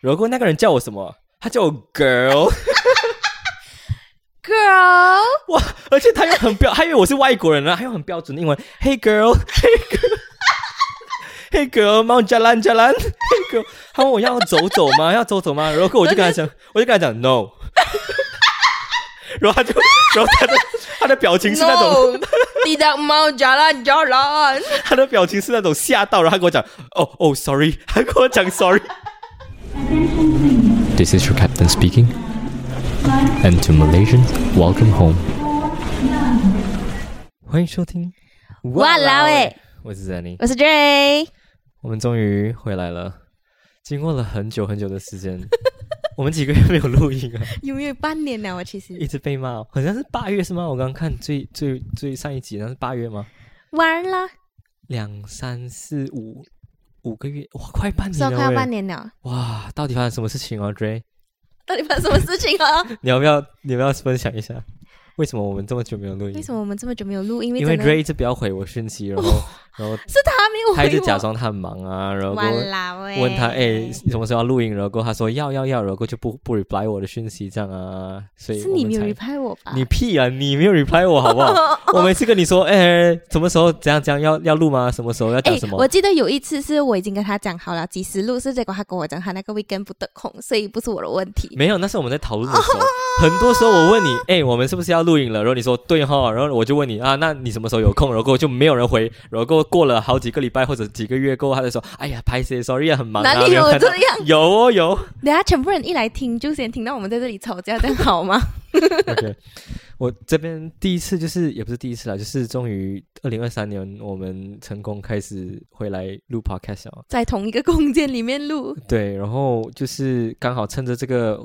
如果那个人叫我什么，他叫我 girl， girl，而且他又很标，他以为我是外国人啊，他又很标准的英文，Hey girl，Hey girl，Hey girl，mau jalan jalan，Hey girl，他问我要走走吗？要走走吗？然后我就跟他讲，我就跟他讲 no，然后他就，然后他的他的表情是那种。 no，tidak mau jalan jalan。他的表情是那种吓到，然后他跟我讲，哦哦，sorry，他 跟我讲 sorry。 This is your captain speaking. And to Malaysians, welcome home. 欢迎收听，哇啦喂，我是 Zenny，我是 J，我们终于回来了，经过了很久很久的时间，我们几个月没有录音啊，有没有半年了啊？其实一直被骂，好像是八月是吗？我刚刚看最最最上一集，那是八月吗？完了，两三四五五个月，哇，快半说年啊快要了半喂，年了，哇，到底发生什么事情啊，Dray？到底发生什么事情啊？你要不要你要不要分享一下，为什么我们这么久没有录音？为什么我们这么久没有录？因为因为真的 Ray 一直不要回我讯息，然后然后是他没有回我，他一直假装他很忙啊，然后跟完我了喂，问他哎、什么时候要录音，然后过后他说要要要，然后过后就不不 reply 我的讯息这样啊，所以是我你们没有才 reply 我吧？ 哦你屁啊，你没有 reply 我好不好？我每次跟你说哎、什么时候怎样怎样要要录吗？什么时候要哎、讲什么？我记得有一次是我已经跟他讲好了几时录，是结果他跟我讲他那个 weekend 不得空，所以不是我的问题。没有，那是我们在讨论的时候。很多时候我问你，哎、我们是不是要录影了？然后你说对哈，然后我就问你啊，那你什么时候有空？然后就没有人回，然后过过了好几个礼拜或者几个月过后，他就说，哎呀，拍谁？Sorry 啊，很忙啊，哪里没有看到这样？有哦，有。 等下全部人一来听，就先听到我们在这里吵架，这样好吗？ OK，我这边第一次就是也不是第一次啦，就是终于二零二三年我们成功开始回来录 Podcast 了。在同一个空间里面录，对，然后就是刚好趁着这个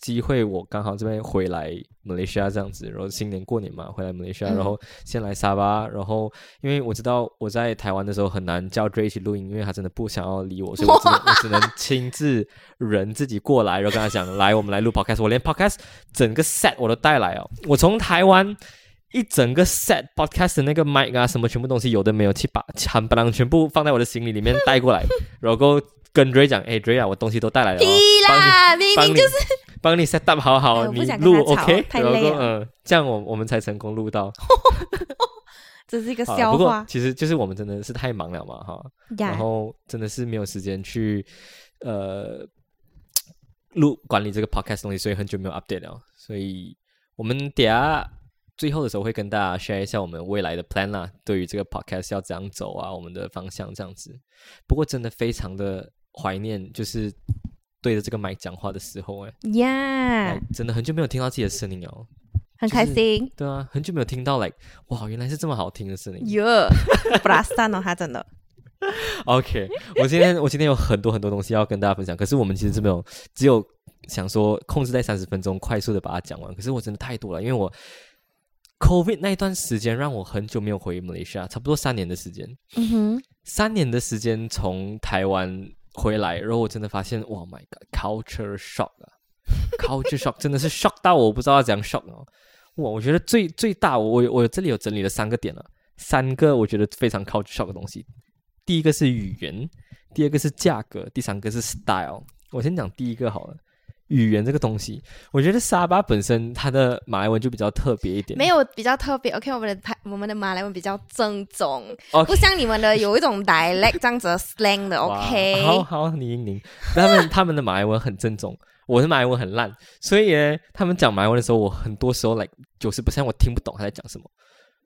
机会，我刚好这边回来马来西亚这样子，然后新年过年嘛，回来马来西亚，嗯然后先来沙巴，然后因为我知道我在台湾的时候很难叫 Dray 一起录音，因为他真的不想要理我，所以我只能我只能亲自人自己过来，然后跟他讲，来，我们来录 podcast，我连 podcast 整个 set 我都带来哦，我从台湾。一整个 set podcast 的那个 mic 啊，什么全部东西有的没有，去把全部全部放在我的行李里面带过 来，然后跟 Dray 讲，哎，Dray 啊，我东西都带来了、哦，屁啦，明帮明你就是 帮你 set up 好哎好，我不你想跟录他吵 OK，太然后累了嗯，这样我我们才成功录到。这是一个好啊笑不过话其实就是我们真的是太忙了嘛哈，然呀。后真的是没有时间去呃录管理这个 podcast 东西，所以很久没有 update 了，所以我们等一下。最后的时候会跟大家 share 一下我们未来的 plan 啦，对于这个 podcast 要怎样走啊，我们的方向这样子。不过真的非常的怀念，就是对着这个麦讲话的时候、哎。呀哎 like，真的很久没有听到自己的声音哦。很开心。对啊，很久没有听到 like 哇，原来是这么好听的声音。哟， 布拉萨哦，他真的 OK，我今天我今天有很多很多东西要跟大家分享，可是我们其实是没有，只有想说控制在三十分钟，快速的把它讲完。可是我真的太多了，因为我 COVID 那一段时间让我很久没有回马来西亚，差不多三年的时间，嗯哼，三年的时间从台湾回来，然后我真的发现，哇 my god，culture shock 啊，culture shock 真的是 shock 到我不知道要怎样 shock 哦。哇，我觉得最最大，我我我这里有整理了三个点了，三个我觉得非常 culture shock 的东西。第一个是语言，第二个是价格，第三个是 style。我先讲第一个好了。语言这个东西，我觉得沙巴本身它的马来文就比较特别一点，没有比较特别。OK，我们的台，我们的马来文比较正宗 OK 不像你们的有一种 dialect 这样子的 slang 的。哇 OK，好好，你赢您。他 们他们的马来文很正宗，我的马来文很烂，所以呢，他们讲马来文的时候，我很多时候 like 九十 percent 我听不懂他在讲什么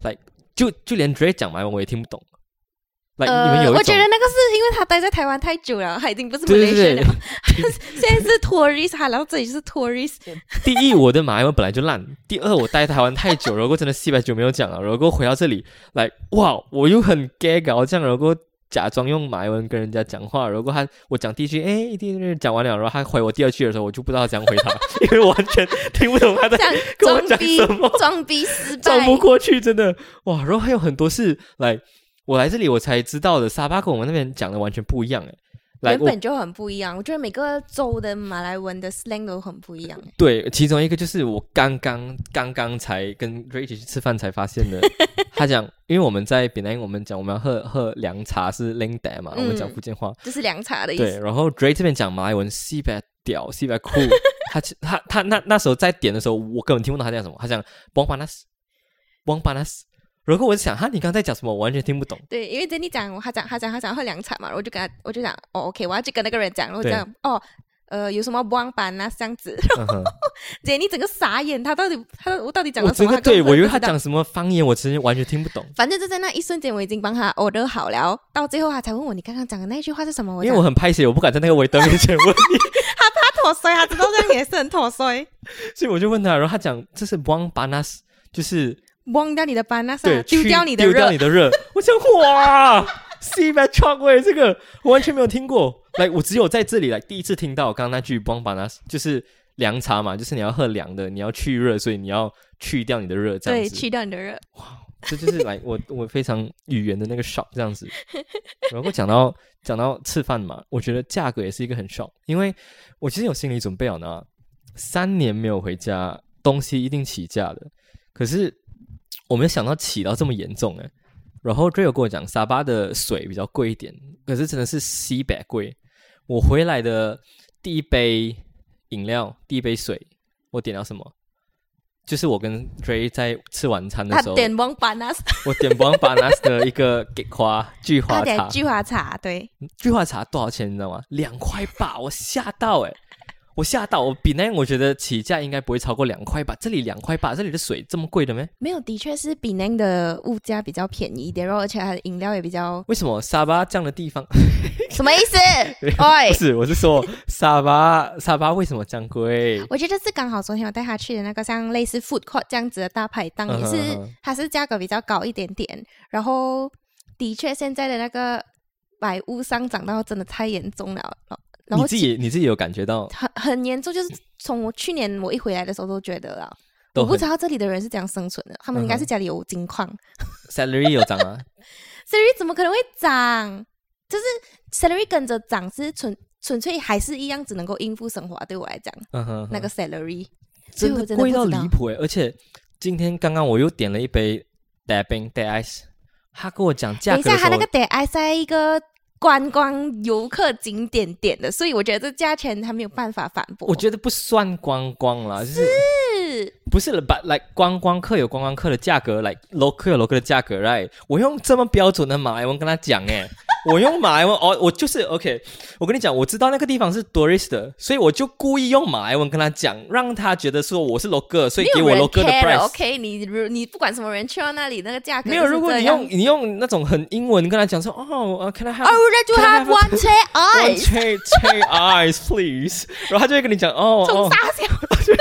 ，like 就就连 Dre 讲马来文我也听不懂。like 你们有一呃种我觉得那个是因为他待在台湾太久了，他已经不是对对 Malaysian 对了，现在是 tourist，他然后这里就是 tourist，第一，我的马来文本来就烂；第二，我待台湾太久，然后真的四百九没有讲了，然后回到这里来，哇，我又很 gay 搞这样，然后假装用马来文跟人家讲话，然后他我讲第一句，哎，第一句讲完了，然后他回我第二句的时候，我就不知道怎样回他，因为我完全听不懂他在这样跟我装讲逼什么，装逼失败转，不过去，真的哇！然后还有很多事来，我来这里我才知道的，沙巴跟我们那边讲的完全不一样哎。来原我本就很不一样。我觉得每个州的马来文的 slang 都很不一样。对，其中一个就是我刚刚刚刚才跟 Ray 一起去吃饭才发现 的。他讲，因为我们在本来我们讲我们要喝喝凉茶是 l i n d a 嘛，我们讲嗯福建话。这是凉茶的意对，思。然后 Ray 这边讲马来文西北屌西北酷，他其他他那那时候在点的时候，我根本听不懂他讲什么，他讲 b o n g p a n a s b o n g p a n a s 然后我就想，哈，你刚才讲什么？我完全听不 懂。对，因为珍妮讲，他讲他讲他讲喝凉茶嘛，然后我就跟他，我就讲哦，OK，我要去跟那个人讲，然后我就对讲哦，呃，有什么帮班啊这样子。 嗯哼，珍妮整个傻眼，他到底他我到底讲我了什真么？的她根对本我以为不他知道讲什么方言，我其实完全听不懂，反正就在那一瞬间，我已经帮他 order 好了，到最后他才问我你刚刚讲的那一句话是什么。我因讲为我很拍谁，我不敢在那个围灯面前问。他妥衰，他啊知道这样也是很妥衰，所以我就问他，然后他讲这是 b 巴纳斯，就是忘掉你的班那啥，对啊丢去掉你的丢掉热你，的 热。我想哇，C b a c h o c k 喂，这个我完全没有听过，来我只有在这里来第一次听到刚刚那句 b 巴纳斯，就是凉茶嘛，就是你要喝凉的，你要去热，所以你要去掉你的热，这样对，子。去掉你的热。这就是来我我非常语言的那个 shock 这样子。然后讲到讲到吃饭嘛，我觉得价格也是一个很 shock，因为我其实有心理准备哦好呢，三年没有回家，东西一定起价的。可是我没有想到起到这么严重哎。然后 Ray 有跟我讲，沙巴的水比较贵一点，可是真的是西北贵。我回来的第一杯饮料，第一杯水，我点了什么？就是我跟 Ray 在吃晚餐的他时候，点啊忘班那，我点帮巴纳斯的一个菊花菊他花点茶，菊花茶，对，菊花茶多少钱你知道吗？两块八，我吓到哎、我吓到，我比那我觉得起价应该不会超过两块吧？这里两块八，这里的水这么贵的咩？没有，的确是比那的物价比较便宜一点，然后而且它的饮料也 比较，为什么沙巴这样的地方？什么意 思？喂哎不，是，我是说沙巴沙巴为什么这样贵？我觉得是刚好昨天我带他去的那个像类似 food court 这样子的大排档，嗯也哼是嗯哼它是价格比较高一点点。然后的确现在的那个百物上涨到真的太严重了，然你后自己你自己有感觉到很很严重，就是从我去年我一回来的时候都觉得了。都我不很知道这里的人是怎样生存的，他们应嗯该哼是家里有金矿。啊 salary 有涨 吗？ salary 怎么可能会涨？就是 salary 跟着涨是纯纯粹还是一样，只能够应付生活。啊对我来讲，嗯哼，那个 salary 所真以我的真的贵到不知道离谱哎！而且今天刚刚我又点了一杯 dabbing d a ice，他跟我讲价等一格的下，时他候那，个得埃在一个观光游客景点点的，所以我觉得这价钱他没有办法反驳。我觉得不算观光啦，就是是不是了吧？来、观光客有观光客的价格，来 local 有 local 的价格，right？我用这么标准的马来文跟他讲、欸， 我用马来文哦，我就是 OK。我跟你讲，我知道那个地方是 tourist 的，所以我就故意用马来文跟他讲，让他觉得说我是 local，所以没给有我人 local 的 care 了 price。 OK，你你不管什么人去到那里，那个价格没有，就是如果这你样 Oh, 用 你用那种很英文跟他讲说，哦、呃 c a n I have I would like to have one chair one ice， chair chair eyes please？然后他就会跟你讲， 哦冲哦，傻笑。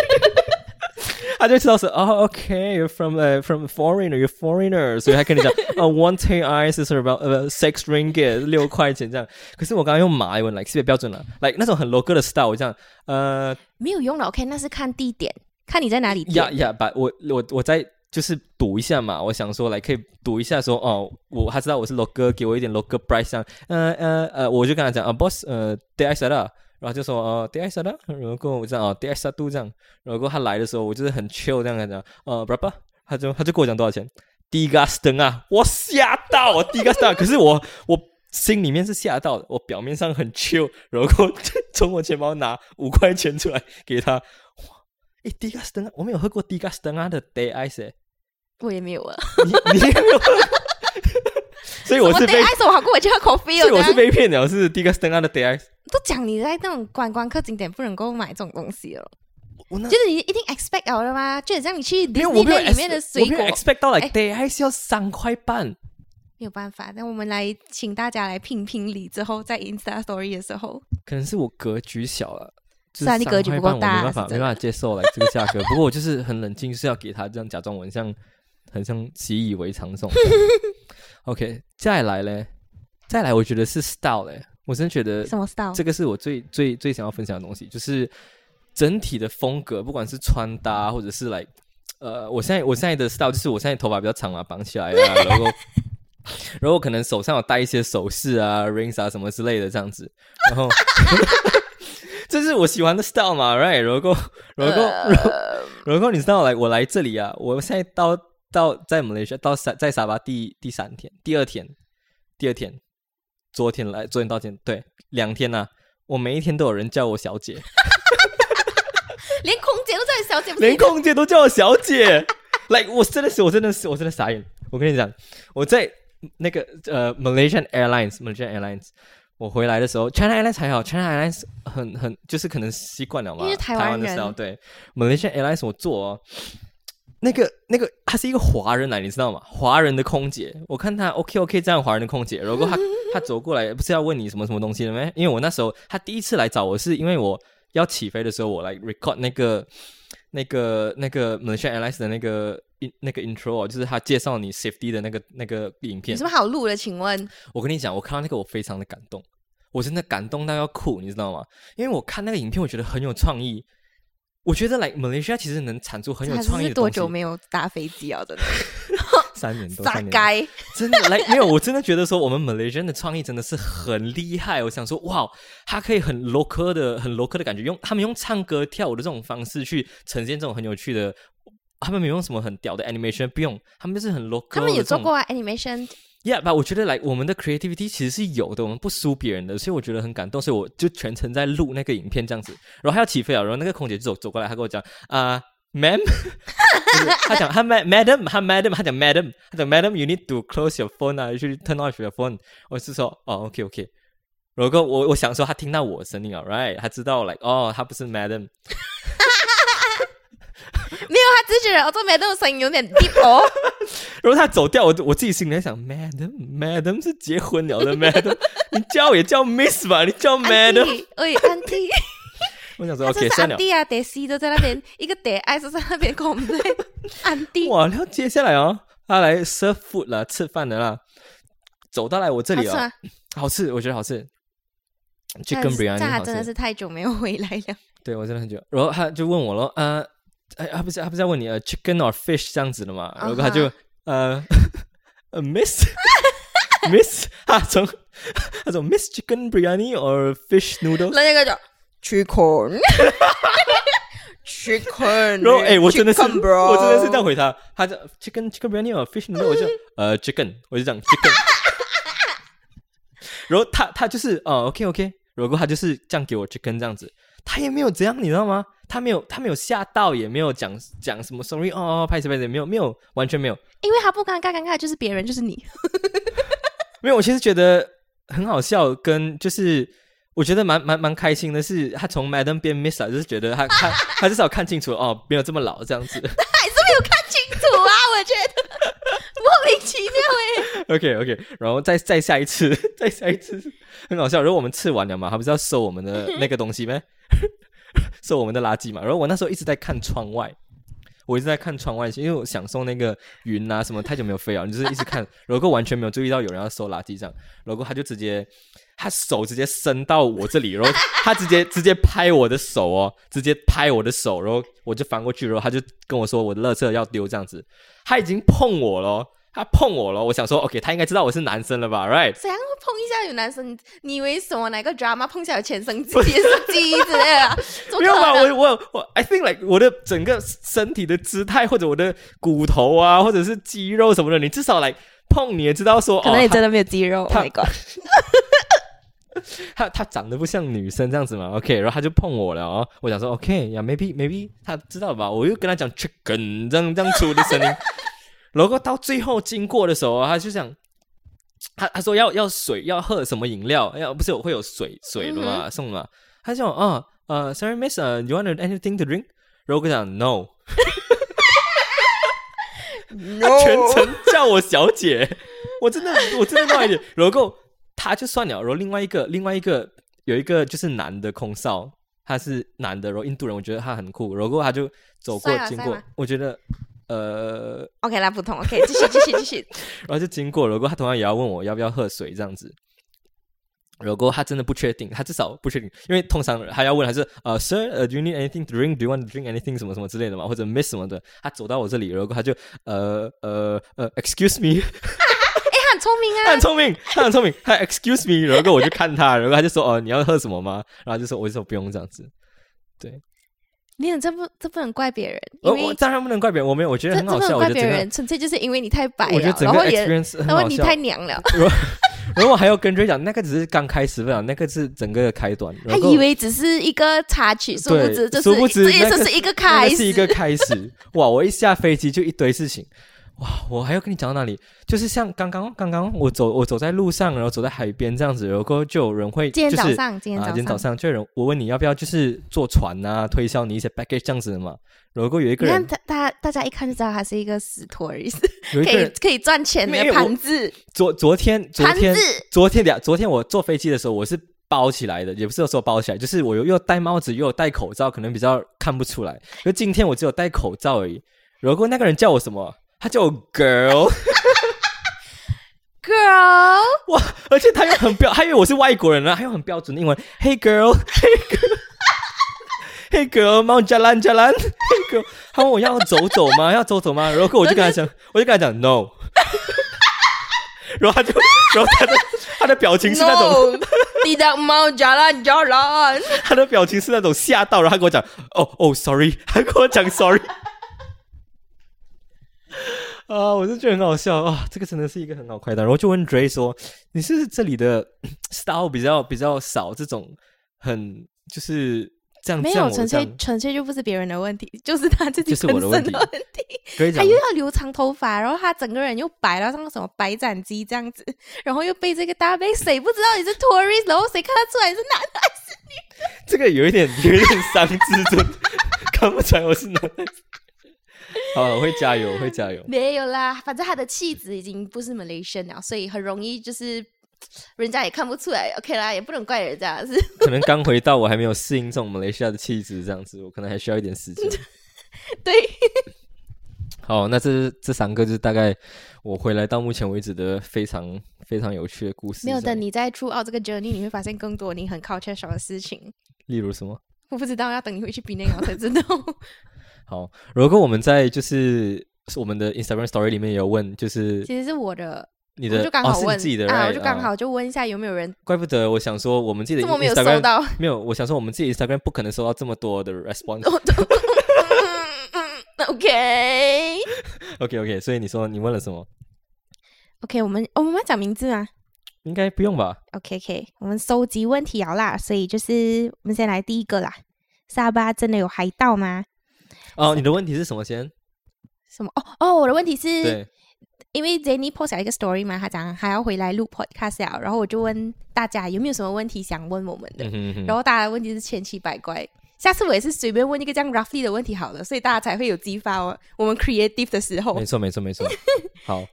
他就知道是哦，OK，you're "Oh, from 呃 from foreigner，you're foreigner，所以他跟你 讲啊，one "Oh, ten i s is about 呃 uh, six ringgit 六块钱这样。可是我刚刚用马来文来特别标准了，来那种很 local 的 style，我这样呃没有用了，OK，那是看地点，看你在哪里点。呀呀，把我我我在就是赌一下嘛，我想说来可以赌一下说哦，我他知道我是 local，给我一点 local price 这样，呃呃呃，我就跟他讲啊，boss，呃 d a i s a d a 然后就说哦 d a i s a d a 然后我这样哦 d a i s a d 这样，然后他来的时候我就是很 chill 这样跟他讲，呃 b r a b a 他就他就跟我讲多少钱 d i g a s t e n 啊，我吓到我 d i g a s t e n 可是我我。心里面是吓到的，我表面上很 chill，然后 从我钱包拿五块钱出来给他，诶 d i g a s t e n 我没有喝过 d i g a s t e n 的 Day Ice，诶我也没有啊，你你 也没有喝过，所哎以我哎什是么被对，，ice 我好过我去喝 coffee 所以哦。我是这样被骗了，是 d i g a s t e n 的 Day Ice。都讲你在那种观光客景点不能够买这种东西了，我那就是你一定 expect 了的吗？就很像你去因为 Disney 我没有 Land 里面的 ex- 水我没果有 expect 到哎 like Day Ice 要三块半，没有办法，那我们来请大家来评评理之后，在 Insta Story 的时候，可能是我格局小了。就是啊你格局3块不够半大我啊没办是法，真没的办法接受了这个价格。 不过我就是很冷静，是要给他这样假装我很像，很像习以为常 这种。OK，再来嘞，再来，我觉得是 style 嘞，我真的觉得什么 style？这个是我最最最想要分享的东西，就是整体的风格，不管是穿搭或者是来，呃，我现在我现在的 style 啊就是我现在头发比较长嘛，绑起来啊，然后然后可能手上有戴一些首饰啊、rings 啊什么之类的这样子，然后 这是我喜欢的 style 嘛，right？然后，然后，呃 然后你知道来我来这里啊，我现在到到在马来西亚到沙在沙巴第第三天，第二天，第二天，昨天来，昨天到今天对两天呐、我每一天都有人叫我小 姐，连空姐都叫你小姐，不是连空姐都叫我小姐。like 我真的是，我真的是，我真的傻眼。我跟你讲，我在那个呃 Malaysian Airlines，Malaysian Airlines，我回来的时候，China Airlines 还好，China Airlines 很很就是可能习惯了嘛，因为是台台湾湾的人 style 对 Malaysian Airlines 我坐、哦。那个那个，他是一个华人啊来，你知道吗？华人的空姐，我看他 OK OK 这样华人的空姐，如 果他他走过来，不是要问你什么什么东西的咩？因为我那时候他第一次来找我，是因为我要起飞的时候，我来 record 那个那个那个 Malaysia Airlines 的那个 in 那个 intro，哦就是他介绍你 safety 的那个那个影有片什。么好录的？请问我跟你讲，我看到那个我非常的感动，我真的感动到要哭，你知道吗？因为我看那个影片，我觉得很有创意。我觉得来 Malaysia 其实能产出很有他创意是的多东西久。没有搭飞机啊？真的，三年多，傻三年多。该真的来没有，我真的觉得说我们 Malaysian 的创意真的是很厉害。我想说，哇，他可以很 local 的、很 local 的感觉，用他们用唱歌、跳舞的这种方式去呈现这种很有趣的。他们没有用什么很屌的 animation，不用，他们就是很 local。他们有做过啊，animation ，Yeah，吧？我觉得来我们的 creativity 其实是有的，我们不输别人的，所以我觉得很感动，所以我就全程在录那个影片这样子。然后他要起飞了，然后那个空姐就走走过来，她跟我讲啊、m a m 就是他讲他 ma- madam，他 madam，他讲 madam，他讲 madam，you need to close your phone 啊，you should turn off your phone。我是说，哦，OK OK。然后我我想说，他听到我的声音啊，right，他知道 like 哦，他不是 madam，没有，他只是觉得我做美动声音有点 deep 哦。然后他走掉，我我自己心里在想，madam，madam 是结婚了的 madam，你叫也叫 miss 吧，你叫 madam。 Auntie，哎，auntie，我想说他，OK，就是算了。 auntie 啊，desi 都在那 边，一个 d 爱都在那边 complain，auntie。哇，然后接下来哦，他来 serve food 啦，吃饭的啦，走到来我这里好吃啊哦吗，好吃，我觉得好吃。但 Chicken 是 biryani 但他好真的吃。是太久没有回来了。对我真的很久。然后他就问我咯，呃，哎，他不是他不是在问你呃 chicken or fish 这样子的嘛？然后他就、啊呃 呃 miss miss，他从 他从 miss chicken biryani or fish noodles。那个叫 chicken。Chicken，然后哎，我真的是 chicken, bro 我真的是这样回他，他讲 chicken chicken biryani or fish noodles，我就呃 chicken，我就讲 chicken。然后他他就是哦 OK OK，然后他就是这样给我 chicken 这样子，他也没有怎样，你知道吗？他没有，他没有吓到，也没有讲讲什么 sorry 哦哦，拍谁拍谁，没有没有，完全没有因为他不尴尬，尴尬的就是别人，就是你。哎没有。我其实觉得很好笑，跟就是我觉得蛮蛮蛮开心的是，他从 Madam 变 Miss 啊，就是觉得他他他至少看清楚哦，没有这么老这样子。还是没有看清楚啊，我觉得 莫名其妙 哎、OK OK，然后再再下一次， 再下一次很好笑。然后我们吃完了嘛，他不是要收我们的那个东西 咩？收我们的垃圾嘛。然后我那时候一直在看窗外，我一直在看窗外，因为我享受那个云啊什么，太久没有飞了，你就是一直看，然后完全没有注意到有人要收垃圾这样，然后他就直接。他手直接伸到我这里，然后他直接直接拍我的手哦，直接拍我的手，然后我就翻过去，然后他就跟我说我的垃圾要丢这样子，他已经碰我了哦，他碰我了哦，我想说 OK，他应该知道我是男生了吧，right？怎样会碰一下有男生？你你以为什么哪个 drama 碰一下有前生之也是记忆之类的啊？怎么 可能没有吧？我我我，I think like 我的整个身体的姿态，或者我的骨头啊，或者是肌肉什么的，你至少来碰，你也知道说，可能你哦，真的没有肌肉。Oh 他 my god！他他长得不像女生这样子嘛，OK，然后他就碰我了哦，我想说 OK 呀、m a y b e maybe 他知道吧？我又跟他讲 chicken 这样这样出的声音， 然后到最后经过的时候啊，他就想。他他说要要水要喝什么饮料，要不是有会有水水的嘛、送嘛，他就啊呃、s o r r y miss，呃、y o u want anything to drink？然后我跟他讲 no，他全哦程叫我小姐，我真的我真的闹一点。然后他就算了，然后另外一个另外一个有一个就是男的空少，他是男的，然后印度人，我觉得他很酷。然后他就走过帅吗经帅过吗，我觉得呃 OK 啦，普通 OK，继续继续继 续。然后就经过，然后他同样也要问我要不要喝水这样子。然后他真的不确定，他至少不确定，因为通常他要问还是呃，Sir，呃、d o you need anything to drink？Do you want to drink anything？什么什么之类的嘛，或者 Miss 什么的。他走到我这里，然后他就呃呃呃，Excuse me，哎，他很聪明他啊很，聪明，他很聪明，他 excuse me，然后我就看他，然后他就说哦你要喝什么吗？然后他就说我就说不用这样子，你很这不这不能怪别人，因我为哦我当然不能怪别人，我没有，我觉这得这很好不能笑，我怪觉得别整个人，纯粹就是因为你太白我觉得了，整然个后也 experience 很然后好你笑太。娘了，然后我还要跟 Ray 讲，那个只是刚开始不了，那个是整个的开端。他 然后以为只是一个插曲，殊不对知这殊不是知这也那个算是一个那开个是一个始。开 始，哇！我一下飞机就一堆事情，哇！我还要跟你讲到哪里？就是像刚刚刚刚我走我走在路上，然后走在海边这样子，然后就有人会今就天是早上，今天啊，早今天早上，上就有人我问你要不要就是坐船啊，推销你一些 package 这样子的嘛。然后有一个你看人，他他大家一看就知道他是一个死托 儿，有一个可以人可以赚钱没有的我盘子，昨昨天昨盘天子昨天的昨天我坐飞机的时候，我是包起来的，也不是说包起来，就是我又又戴帽子，又有戴口罩，可能比较看不出来。就今天我只有戴口罩而已。然后那个人叫我什么？他叫我 girl， girl。而且他又很标，他以为我是外国人啊，他又很标准的英文，Hey girl，Hey girl，Hey girl，mau jalan jalan，Hey girl，他问我要走走吗？要走走吗？然后我就跟他讲，我就跟他讲 no，然后他就，然后他的他的表情是那种。 No，你 的猫夹啦夹啦，他的表情是那种吓到，然后他跟我讲：“哦哦，sorry。”他跟我讲 “sorry”。啊，我就觉得很好笑啊！这个真的是一个很好快的。然后就问 Dray 说：“你是不是这里的 style 比较比较少这种很就是这 样没这样有，我纯这粹样纯粹就不是别人的问题， 就是他自己就是本我身的的问问题题。 ？Dray 他讲又要留长头发，然后他整个人又白到像什么白斩鸡这样子，然后又被这个大背，谁不知道你是 tourist，然后谁看得出来你是男的？这个有一点有一点伤自尊， 看不出来我是男的。好，我会加油，我会加油。没有啦，反正他的气质已经不是 Malaysian 了，所以很容易就是人家也看不出来。OK 啦，也不能怪 人家，是可能刚回到，我还没有适应这种马来西亚的气质，这样子，我可能还需要一点时间。 对。好，那这这三个就是大概我回来到目前为止的非常非常有趣的故事。没有这样等，你在 throughout 这个 journey，你会发现更多你很 culture shock 的事情。例如什么？我不知道，要等你回去比那个我才知道。好，如果我们在就是我们的 Instagram Story 里面有问， 就是其实是我的，你我的就刚好哦、是问、你自己的啊， right，我就刚啊好就问一下有没有人怪不得我想说我们自己这的么没有收 Instagram 到。没有，我想说我们自己 Instagram 不可能收到这么多 的 response。我都嗯嗯嗯 OK OK OK，所以你说你问了什么？ OK，我们哦我们要讲名字吗应该不用吧？ ？OK OK，我们收集问题了啦，所以就是我们先来第一个啦。沙巴真的有海盗吗？哦，你的问题是什么先？什么？哦哦，我的问题是对，因为 Jenny post 了一个 story 嘛，她讲还要回来录 podcast 了，然后我就问大家有没有什么问题想问我们的，嗯哼嗯哼然后大家的问题是千奇百怪。下次我也是随便问一个这样 roughly 的问题好了，所以大家才会有激发我我们 creative 的时候没。错没错没 错。好，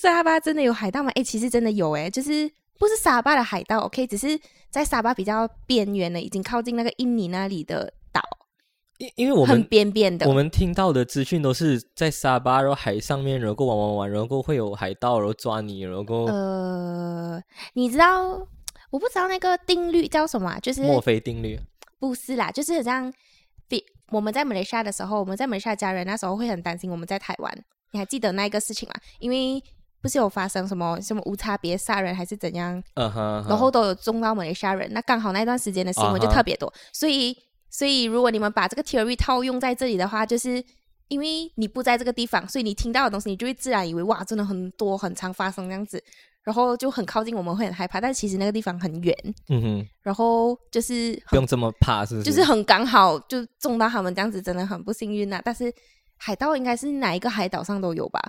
沙巴真的有海盗吗？哎、其实真的有哎、就是不是沙巴的海盗，OK，只是在沙巴比较边缘了，已经靠近那个印尼那里的岛，因因为我们很边边的我。们听到的资讯都是在沙巴，然后海上面，然后玩玩玩，然后会有海盗，然后抓你，然后呃，你知道？我不知道那个定律叫什么啊、就是墨菲定律。不是啦，就是很像比我们在马来西亚的时候，我们在马来西亚家人那时候会很担心我们在台湾。你还记得那一个事情吗？因为不是有发生什么什么无差别杀人还是怎样，嗯哼，然后都有中到马来西亚人。那刚好那段时间的新闻就啊哈特别多，所以所以如果你们把这个 theory 套用在这里的话，就是。因为你不在这个地方，所以你听到的东西，你就会自然以为哇，真的很多，很常发生这样子，然后就很靠近我们，会很害怕。但其实那个地方很远，嗯哼，然后就是不很用这么怕，是不就是是很刚好就中到他们这样子，真的很不幸运呐、啊但是海盗应该是哪一个海岛上都有吧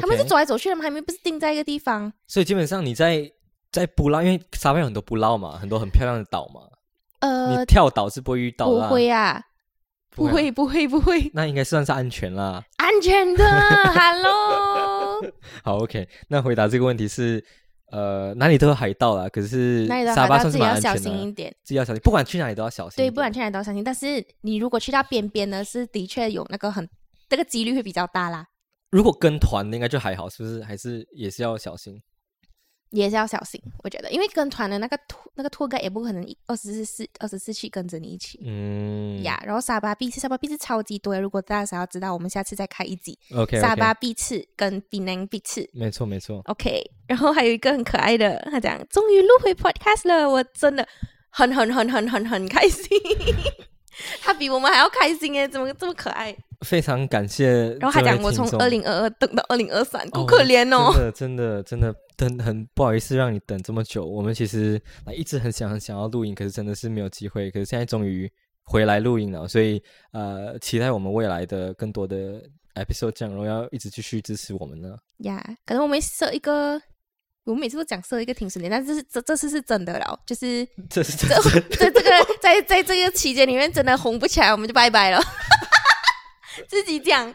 他们是 OK 走来走去的吗？他们不是定在一个地方？所以基本上你在在布拉，因为沙巴有很多布拉嘛，很多很漂亮的岛嘛，你呃，跳岛是不会遇到不啦，会啊，不不会啊会，不会，不会，那应该算是安全啦。安 全的，Hello，嗯好，OK，那回答这个问题是。呃，哪里都有海盗啦，可是那里的沙海巴盗算是自己要蛮安小全的心啦，一点。自己要小心，不管去哪里都要小心一对，点。不然去哪里都要小心。但是你如果去到边边呢，是的确有那个很这个几率会比较大啦。如果跟团的应该就还好，是不是？还是也是要小心。也是要小心，我觉得，因为跟团的那个托那个托哥也不可能一二十四二十四去跟着你一起。嗯呀然后沙巴币翅，沙巴币翅超级多的。如果大家想要知道，我们下次再开一集，OK，沙巴币翅跟槟榔币翅。没错没错， OK，然后还有一个很可爱的，他讲终于录回 Podcast 了，我真的很很很很很很开心。 他比我们还要开心哎，怎么这么可爱？非常感谢。然后他讲我从二。零二二等到二零二三，好可怜哦。真的，真的，真的，等很不好意思让你等这么久。我们其实啊一直很想很想要录音，可是真的是没有机会。可是现在终于回来录音了，所以呃，期待我们未来的更多的 episode 这样，然后要一直继续支持我们呢。呀可能我们设一个，我们每次都讲设一个停损点，但是这这次是真的了，就是这是这这是这这 个在在这个期间里面真的红不起来，我们就拜拜了。 自己讲，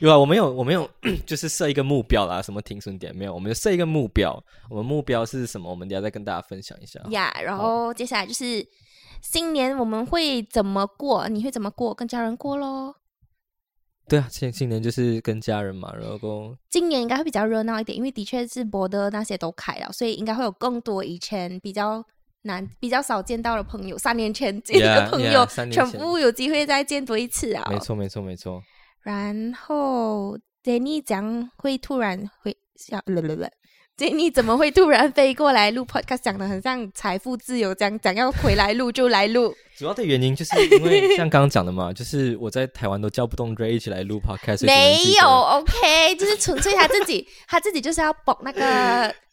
有啊，我们有我们有 就是设一个目标啦，什么停损点没有？我们设一个目标，我们目标是什么？我们等一下再跟大家分享一下。呀然后接下来就是新年我们会怎么过？你会怎么过？跟家人过咯。对啊，新新年就是跟家人嘛，然后今年应该会比较热闹一点，因为的确是博的那些都开了，所以应该会有更多以前比较难、比较少见到的朋友，三年前见的 Yeah, 朋友 yeah，三年全前部有机会再见多一次啊。没错没错没错，然后 Jenny 讲会突然会笑了了了。Jenny 怎么会突然飞过来录 podcast？讲的很像财富自由这样，讲要回来录就来录。主要的原因就是因为像刚刚讲的嘛， 就是我在台湾都叫不动 Ray 一起来录 podcast，所以只能没自己有一个人，OK，就是 纯粹他自己，他自己就是要捧那个。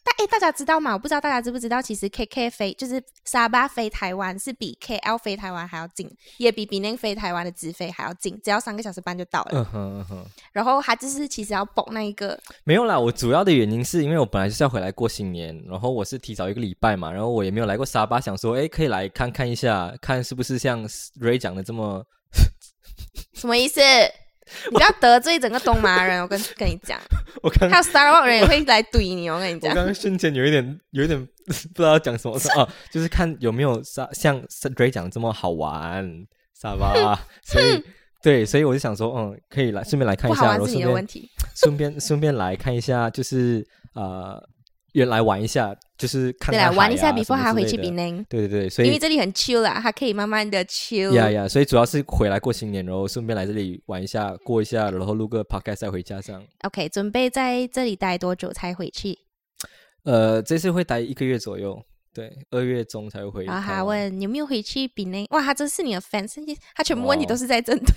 但诶，大家知道吗？我不知道大家知不知道，其实 KK 飞就是沙巴飞台湾是比 KL 飞台湾还要近，也比 b e n i n 飞台湾的直飞还要近，只要三个小时半就到了。嗯哼嗯哼，然后他就是其实要捧那一个，没有啦。我主要的原因是因为我本来就是要回来过新年，然后我是提早一个礼拜嘛，然后我也没有来过沙巴，想说诶可以来看看一下，看是不是像 Ray 讲的这么 什么意思？你不要得罪整个东马人，我跟跟你 讲，我刚还有 Star Rock 人也会来怼你，我跟你我讲。刚刚瞬间有一点，有一点 不知道要讲什么 啊，就是看有没有沙像 Ray 讲的这么好 玩，沙巴，啊所以对，所以我就想说，嗯，可以来顺便来看不一好下，然玩后是你顺的问便题，顺便顺便来看一下，就是呃，原来玩一下，就是看对看啦，海玩一下啊 b e 什 f 么他之回类去的 b e n i n 对对对，所因为以这里很 chill 啦，他可以慢慢的 chill。呀呀，所以主要是回来过新年，然后顺便来这里玩一下，过一下，然后录个 podcast 再回家这样。 OK，准备在这里待多久才回去？呃，这次会待一个月左右，对，二月中才会回台然湾。后他问有没有回去比内？哇，他真是你的 fans，他全部问题哇哦都是在 针对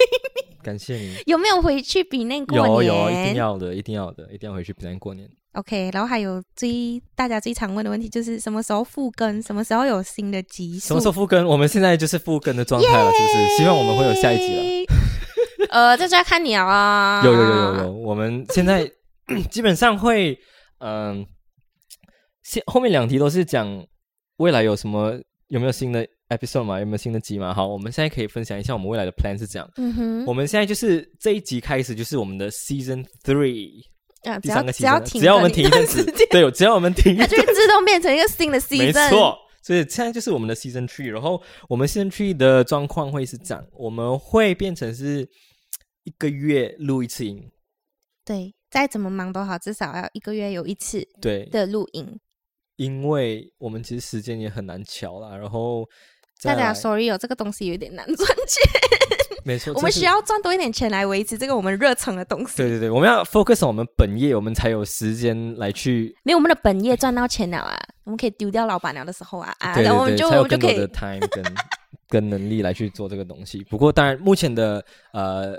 感谢你。有没有回去比内过有年。有，一定要的，一定要的，一定要回去平安过年。 OK，然后还有最大家最常问的问题就是什么时候复更，什么时候有新的集数？什么时候复更？我们现在就是复更的状态了，是不是？希望我们会有下一集了。了。 呃，这就要看你了啊！有有有有有，我们现 在基本上会，嗯、现后面两题都是讲未来有什么，有没有新的 episode 嘛？有没有新的集嘛？好，我们现在可以分享一下我们未来的 plan 是这样。嗯哼，我们现在就是这一集开始，就是我们的 season three 啊，第只要三个只要 season，停，只要我们停一阵时子间，，对，只要我们停一 它就会自动变成一个新的 season。 没错，所以现在就是我们的 season three，然后我们 season three 的状况会是这样，我们会变成是一个月录一次音，对，再怎么忙都好，至少要一个月有一次对，的录音。因为我们其实时间也很难瞧啦，然后再大家来 sorry 哦，这个东西有点难赚钱，没错，我们哦这是需要赚多一点钱来维持这个我们热忱的东西。对对对，我们要 focus on 我们本业，我们才有时间来去没有我们的本业赚到钱了啊，我们可以丢掉老板娘的时候啊啊，对然后我对们就对，才我有们就更可多以的 time 跟 跟能力来去做这个东西。不过当然，目前的呃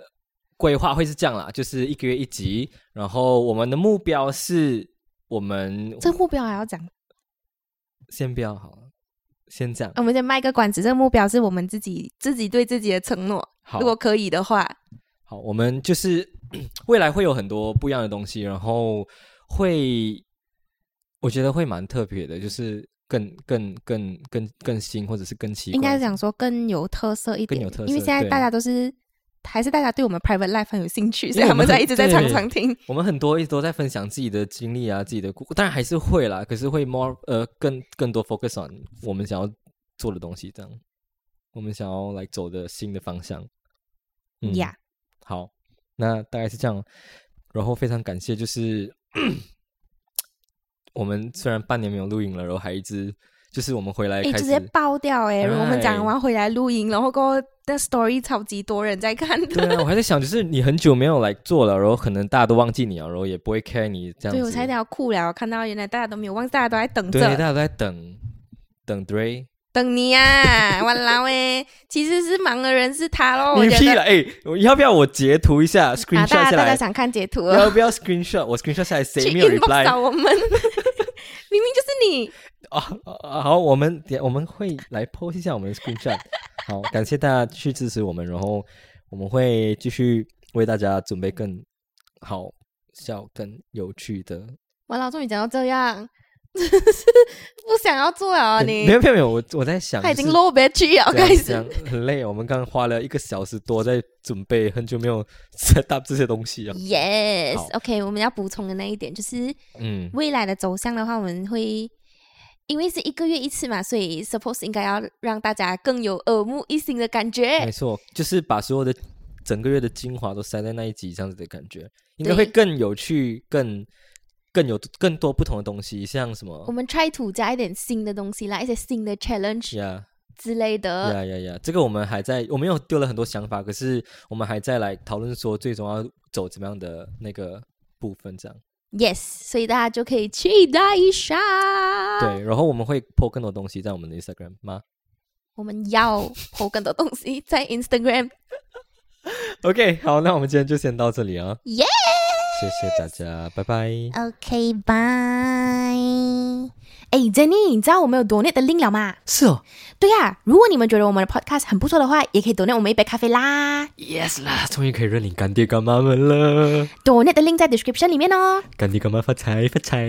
规划会是这样啦，就是一个月一集，然后我们的目标是我们这个目标还要讲。先不要好了，先这样。我们先卖个关子，这个目标是我们自己自己对自己的承诺。好如果可以的话，好，我们就是 未来会有很多不一样的东西，然后会，我觉得会蛮特别的，就是更更更更更新或者是更奇怪。应该是讲说更有特色一点，更有特色因为现在对大家都是还是大家对我们 private life 很有兴趣，所因以为他我们们在一直在 对常常听。我们很多一直都在分享自己的经历啊，自己的故，当然还是会啦，可是会 more 呃更更多 focus on 我们想要做的东西，这样我们想要来走的新的方向。嗯呀，好，那大概是这样。然后非常感谢，就是 我们虽然半年没有录影了，然后还一直就是我们回来哎，开直始，接爆掉哎、我们哎讲完回来录音，然后过后那 story 超级多人在看的，对啊，我还在想，就是你很久没有来做了，然后可能大家都忘记你了，啊然后也不会 care 你这样子。对我差点要哭了。我看到原来大家都没有忘记，大家都在等对，大着家都在等等 Dray。等你啊！ 完了喂，其实是忙的人是他咯，我你觉屁得了！哎，我要不要我截图一下啊，大，screenshot 家下大来家？想看截图哦，要不要 screenshot？我 screenshot 下来，谁去没有 inbox reply？找我们， 明明就是你。啊啊！好，我们点我们会来 post 一下我们的 screenshot。好， 感谢大家去支持我们，然后我们会继续为大家准备更好笑、更有趣的。完了，终于讲到这样，真是不想要做了啊没你。有没有没有，我我在想，他已经就是 low 别去了，这样开这样始。很累。我们刚刚花了一个小时多在准备，很久没有 set up 这些东西了。好 Yes，OK，、我们要补充的那一点就是，嗯，未来的走向的话，我们会因为是一个月一次嘛，所以 suppose 应该要让大家更有耳目一新的感没觉。错，就是把所有的整个月的精华都塞在那一集，这样子的感觉，应该对会更有趣，更更有更多不同的东西，像什我么们 try to 加一点新的东西啦，一些新的 challenge 呀之类的。呀呀呀，这个我们还在，我们又丢了很多想法，可是我们还在来讨论说最终要走怎么样的那个部分，这样 Yes，所以大家就可以期待一下。啊对。然后我们会 po 更多东西在我们的 Instagram 吗我们要 po 更多东西在 Instagram。 ？OK，好，那我们今天就先到这里啊，耶、谢谢大家，拜拜。 OK，拜。哎，Jenny，你知道我们有 donate 的 link 了吗？是哦对呀、如果你们觉得我们的 podcast 很不错的话，也可以 donate 我们一杯咖啡啦。 ，Yes 啦，终于可以认领干爹干妈们了。 donate 的 link 在 description 里面哦。干爹干妈发财发财！